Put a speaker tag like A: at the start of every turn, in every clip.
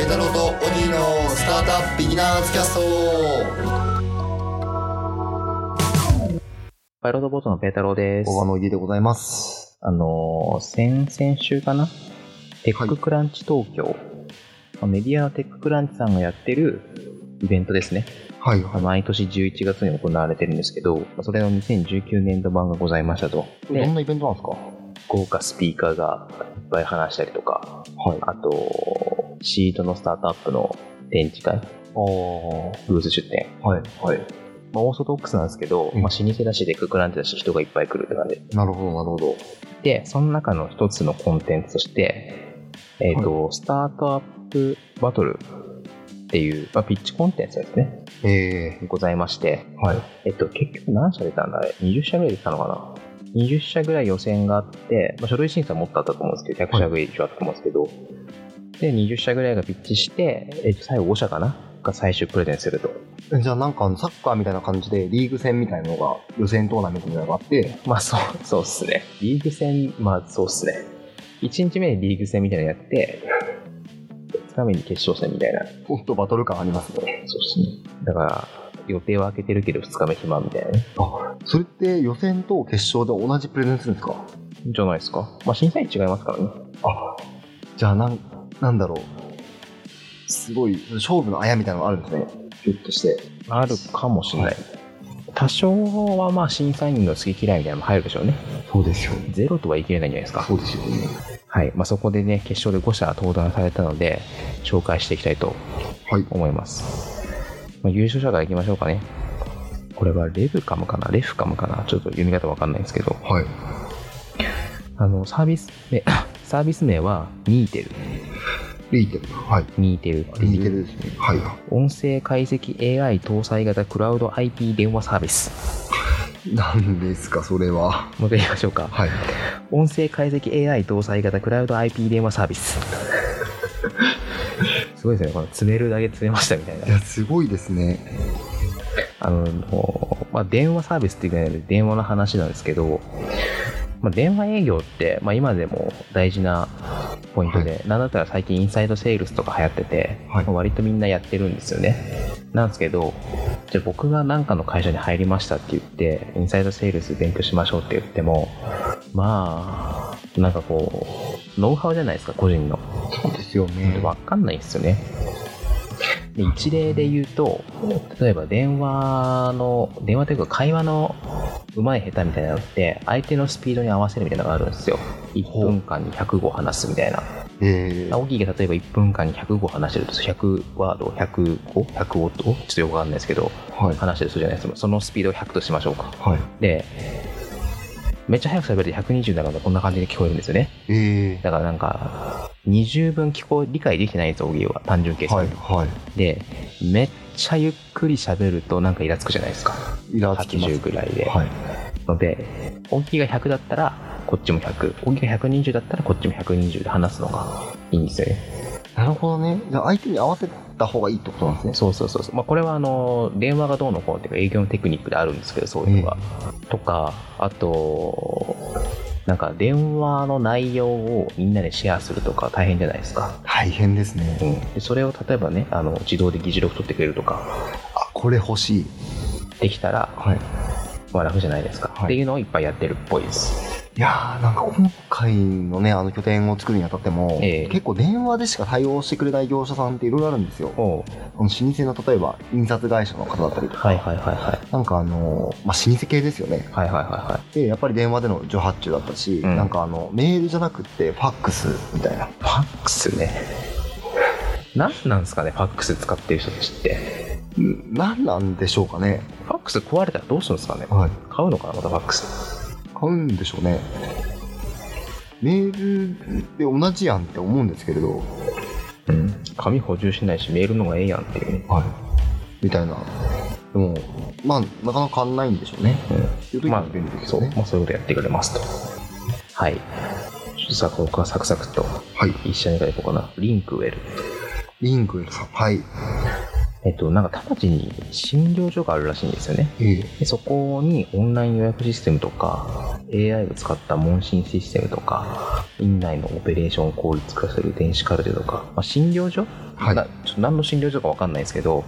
A: イ太郎とオギーのスタートアップビギナーズキャスト
B: パイロットボートのペータローです。
A: 小川のオギーでございます。
B: あのー先々週かなテッククランチ東京、メディアのテッククランチさんがやってるイベントですね。
A: はい
B: まあ毎年11月に行われてるんですけど、まあそれの2019年度版がございましたと。
A: い。どん
B: で、
A: なイベントなんですか
B: 豪華スピーカーがいっぱい話したりとか、
A: はい。
B: あと、シートのスタートアップの展示会、
A: ああ。
B: ブース出展。
A: はい。はい。
B: まあオーソドックスなんですけど、
A: うん
B: まあ老舗だし、テッククランチだし、人がいっぱい来るって感じ。
A: なるほど、なるほど。
B: で、その中の一つのコンテンツとして、えっ、と、スタートアップバトルっていう、まあ、ピッチコンテンツですね、
A: ええ
B: ございまして、
A: はい。
B: えっ、と、結局何社出たんだあれ ?20 社ぐらい出たのかな ?20 社ぐらい予選があって、まあ、書類審査もっとあったと思うんですけど、100社ぐらい以上あったと思うんですけど、で、20社ぐらいがピッチして、えっ、と、最後5社かなが最終プレゼンすると。
A: えじゃあなんかあのサッカーみたいな感じでリーグ戦みたいなのが予選トーナメントみたいなのがあって、
B: まあそう、そうっすね。リーグ戦、まあそうっすね。1日目にリーグ戦みたいなのやって、2日目に決勝戦みたいな。
A: ほんとバトル感ありますね。
B: そうっすね。だから、予定は空けてるけど2日目暇みたいなね。
A: それって予選と決勝で同じプレゼンするんですか
B: じゃないですか。まあ審査員違いますからね。
A: あじゃあなん、なんだろう。すごい、勝負のあやみたいなのがあるんですね。ひょっとして。
B: あるかもしれな。
A: はい
B: 多少はまあ審査員の好き嫌いみたいなのも入るでしょうね。
A: そうですよ。
B: ゼロとは言い切れないんじゃないですか。
A: そうですよね。
B: はい。まあそこでね、決勝で5社登壇されたので、紹介していきたいと
A: はい。
B: 思います。まあ、優勝者からいきましょうかね。これはレブカムかなレフカムかなちょっと読み方わかんないんですけど、
A: はい。
B: あの、サービス名、 サービス名はニーテル。
A: リーテル。はい。
B: ニーテルって
A: リー
B: い
A: テ
B: う
A: ルですね。はい。
B: 音声解析 AI 搭載型クラウド IP 電話サービス。
A: なんですか、それは。
B: もう一回言いましょうか。
A: はい。。
B: 音声解析 AI 搭載型クラウド IP 電話サービス。すごいですね。この詰めるだけ詰めましたみたいない
A: や、すごいですね。
B: あの、もうまあ、電話サービスっていうので電話の話なんですけど、まあ、電話営業って、まあ、今でも大事なポイントで、なんだったら最近インサイドセールスとか流行ってて、
A: はい
B: まあ割とみんなやってるんですよね。なんですけど、じゃあ僕が何かの会社に入りましたって言って、インサイドセールス勉強しましょうって言っても、まあ、なんかこう、ノウハウじゃないですか、個人の。
A: そうですよね
B: わかんないですよね。で一例で言うと、例えば電話の、電話というか会話の上手い下手みたいなのって、相手のスピードに合わせるみたいなのがあるんですよ。1
A: ほう
B: 分間に100語話すみたいな。
A: えー、
B: 青木が例えば1分間に100語話してると、100ワード、100語、100音ちょっとよくわかんないですけど、
A: はい。
B: 話してる人じゃないですか。そのスピードを100としましょうか。
A: はい。
B: で、めっちゃ早く喋ると120だからこんな感じで聞こえるんですよね。
A: え
B: だからなんか、二重分聞こえ、理解できてないんですよ、オギーは。単純計
A: ー、は
B: 算
A: い。
B: で、
A: は
B: で、めっちゃゆっくり喋るとなんかイラつくじゃないですか。
A: い。イラつきます
B: 80。ぐらいで。
A: はい。
B: ので、オギーが100だったら、こっちも100。オギーが120だったら、こっちも120で話すのがいいんですよね。
A: なるほどね。じゃあ相手に合わせた方がいいってことなんですね。
B: そうそうそうそう。まあ、これはあの、電話がどうのこうのっていうか、営業のテクニックであるんですけど、そういうのが。とか、あと、なんか電話の内容をみんなでシェアするとか大変じゃないですか。
A: 大変ですね。
B: でそれを例えばねあの自動で議事録取ってくれるとか
A: あ、これ欲しい。
B: できたら、
A: はい。
B: まあ、楽じゃないですか、
A: はい
B: っていうのをいっぱいやってるっぽいです
A: いやーなんか今回のね、あの拠点を作るにあたっても、
B: ええ
A: 結構電話でしか対応してくれない業者さんっていろいろあるんですよ。この
B: お
A: 老舗の例えば印刷会社の方だったりとか、
B: はいはいはいはい
A: なんかあのーまあ、老舗系ですよね。
B: はいはいは
A: で、やっぱり電話での受発注だったし、
B: うん
A: なんかあの、メールじゃなくってファックスみたいな。
B: いファックスね何なんですかねファックス使ってる人たちって
A: ん何なんでしょうかね。
B: ファックス壊れたらどうするんですかね
A: はい。
B: 買うのかなまたファックス
A: 買うんでしょうね。メールで同じやんって思うんですけれど、
B: うん紙補充しないしメールの方がええやんっていうね
A: みたいな。でも、まあ、なかなか買んないんでしょうね。っていう時
B: まあ
A: に便利です
B: そ
A: よ
B: う、
A: ね。
B: まあ、そういうことやってくれますとはいちょっとさ僕はサクサクと
A: はい。
B: 一緒にからいこうかなリンクウェル
A: リンクエルさん。はい。
B: えっと、なんか直ちに診療所があるらしいんですよね。
A: ええ
B: でそこにオンライン予約システムとか、AI を使った問診システムとか、院内のオペレーションを効率化する電子カルテとか、まあ、診療所
A: はい
B: なちょっと何の診療所か分かんないですけど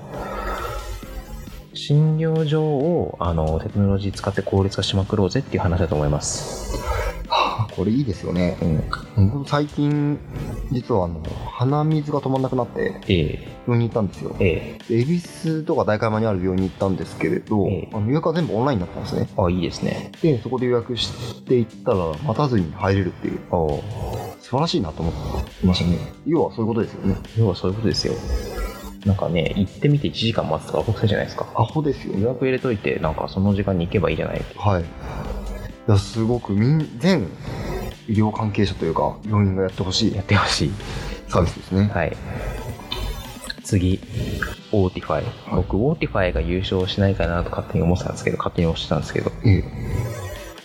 B: 診療所をあのテクノロジー使って効率化しまくろうぜっていう話だと思います、
A: はあこれいいですよね。
B: うん、
A: 僕も最近、実はあの、鼻水が止まんなくなって、
B: ええ
A: 病院に行ったんですよ。
B: ええ
A: 恵比寿とか大会間にある病院に行ったんですけれど、
B: ええ
A: あの予約は全部オンラインだったんですね。
B: あいいですね
A: で、そこで予約して行ったら、待たずに入れるっていう、
B: お
A: 素晴らしいなと思ってましたね。要はそういうことですよね。
B: 要はそういうことですよなんかね行ってみて1時間待つとか僕たじゃないですか
A: アホですよ
B: 予
A: ね。
B: 約入れといてなんかその時間に行けばいいじゃないって
A: はい。いや、すごくみん、全医療関係者というか、病院がやってほしい
B: やってほしい
A: サービスですね。
B: はい。次、オーティファイ。僕、オーティファイが優勝しないかなと勝手に思ってたんですけど、勝手に押してたんですけど、
A: え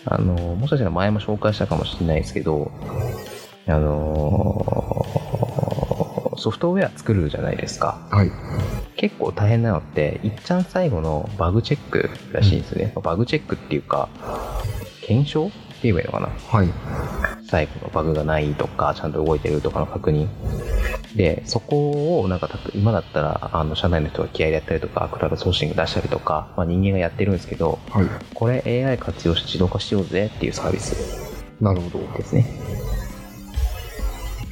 B: あの、もしかしたら前も紹介したかもしれないですけど、あのソフトウェア作るじゃないですか。
A: え。はい。
B: 結構大変なのって、いっちゃん最後のバグチェックらしいんですね。バグチェックっていうか、検証って言えばいいのかな。
A: はい。
B: 最後のバグがないとか、ちゃんと動いてるとかの確認。で、そこを、なんか、たと今だったら、あの、社内の人が気合でやったりとか、クラウドソーシング出したりとか、まあ、人間がやってるんですけど、
A: はい。
B: これ AI 活用して自動化しようぜっていうサービス
A: なるほど。
B: ですね。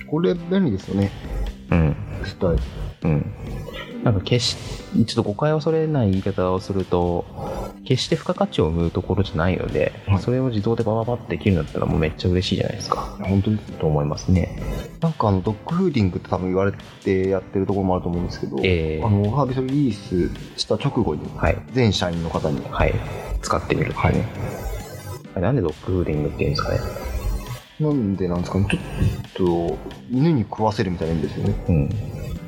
A: これ便利ですよね。
B: うん。
A: 絶対。
B: うん。なんか、決し、ちょっと誤解を恐れない言い方をすると、決して付加価値を生むところじゃないので、
A: はい
B: それを自動でバババってできるんだったら、もうめっちゃ嬉しいじゃないですか。
A: 本当ですね。
B: と思いますね。
A: なんかあの、ドッグフーディングって多分言われてやってるところもあると思うんですけど、
B: えー
A: あの、サービスをリリースした直後に、
B: はい。
A: 全社員の方に、
B: はい、使ってみるってね。はい、なんでドッグフーディングっていうんですかね。
A: なんでなんですかね、ちょっと、犬に食わせるみたいなんですよね。
B: うん。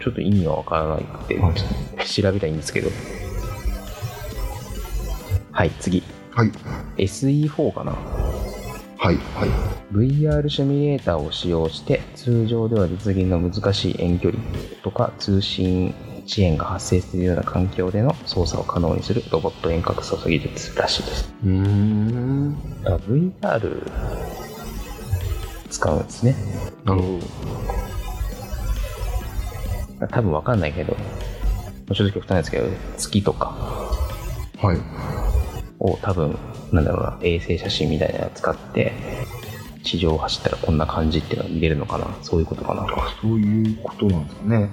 B: ちょっと意味がわからないって、
A: はい
B: 調べたいんですけど。はい、次。
A: はい。
B: SE4 かな。
A: はい。は
B: VR シミュレーターを使用して、通常では実現の難しい遠距離とか通信遅延が発生するような環境での操作を可能にするロボット遠隔操作技術らしいです。
A: い。うーん。
B: だから VR 使うんですね。
A: なるほ
B: 多分わかんないけど、正直極端ですけど、月とか
A: ど。はい。
B: を多分、なんだろうな、衛星写真みたいなのを使って、地上を走ったらこんな感じっていうのが見れるのかな、そういうことかな。
A: あそういうことなんですかね。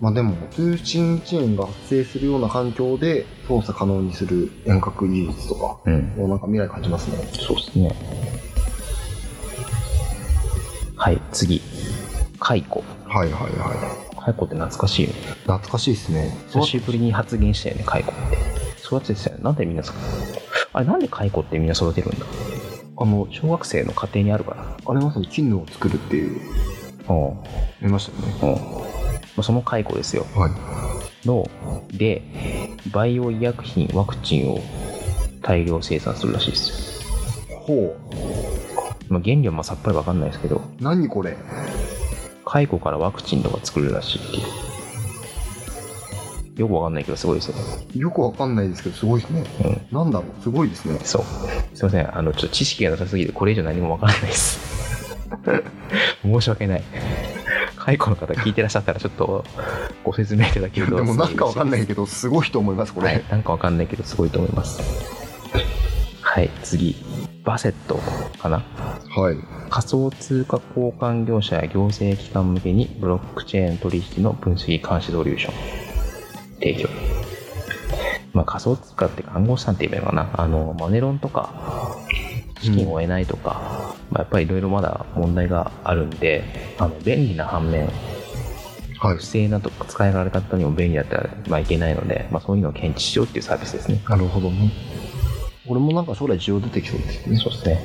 A: まあでも、通信遅延が発生するような環境で操作可能にする遠隔技術とか、
B: うん、
A: もうなんか未来感じますね。
B: そうですね。はい、次。カイコ。
A: はいはいはい。
B: カイコって懐かしいよね。
A: 懐かしいですね。
B: 久しぶりに発言したよね、カイコって。育ててたよね。なんでみんなそ、あれなんでカイコってみんな育てるんだ
A: あの、
B: 小学生の家庭にあるから。
A: あれまさに絹を作るっていう、
B: うん。うん。
A: 見ましたよね。
B: まあそのカイコですよ。
A: はい。
B: のでバイオ医薬品ワクチンを大量生産するらしいですよ、
A: ほう。
B: まあ、原料もさっぱりわかんないですけど
A: 何これ
B: 解雇からワクチンとか作るらしいっていうよくわかんないけどすごいですよ、
A: よくわかんないですけど、すごいですね。
B: うん、
A: なんだろうすごいですね。
B: そうすいませんあのちょっと知識がなさすぎてこれ以上何もわからないです 申し訳ない解雇の方聞いてらっしゃったらちょっとご説明いただけ
A: で
B: ると
A: もなんかわかん
B: い
A: ないけど、すごいと思います、これ。
B: はい、なんかわかんないけどすごいと思いますはい次バセットかな
A: はい。
B: 仮想通貨交換業者や行政機関向けにブロックチェーン取引の分析監視ソリューション提供まあ仮想通貨って暗号資産って言えばいいのかなあのマネロンとか資金を得ないとか、まあ、やっぱりいろいろまだ問題があるんであの便利な反面
A: はい
B: 不。正なとか使いられ方にも便利だったら、まあ、いけないので、まあ、そういうのを検知しようっていうサービスですね。
A: なるほどね。これもなんか将来需要出てきそうですね。
B: そうですね。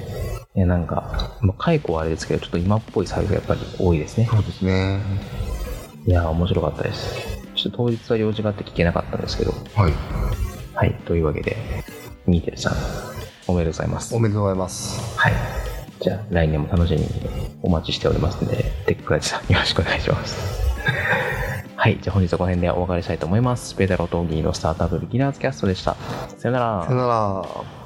B: いやなんか、まあ、解雇はあれですけど、ちょっと今っぽいサービスがやっぱり多いですね。
A: そうですね。
B: いやー、面白かったです。ちょっと当日は用事があって聞けなかったんですけど、
A: はい。
B: はい、というわけで、ニーテルさん、おめでとうございます
A: お。めでとうございます。
B: はい。じゃあ、来年も楽しみにお待ちしておりますので、テックラジさん、よろしくお願いします。 はい。じゃあ本日はこの辺でお別れしたいと思います。ペダロとギーのスタートアップビギナーズキャストでした。さよなら
A: さよなら。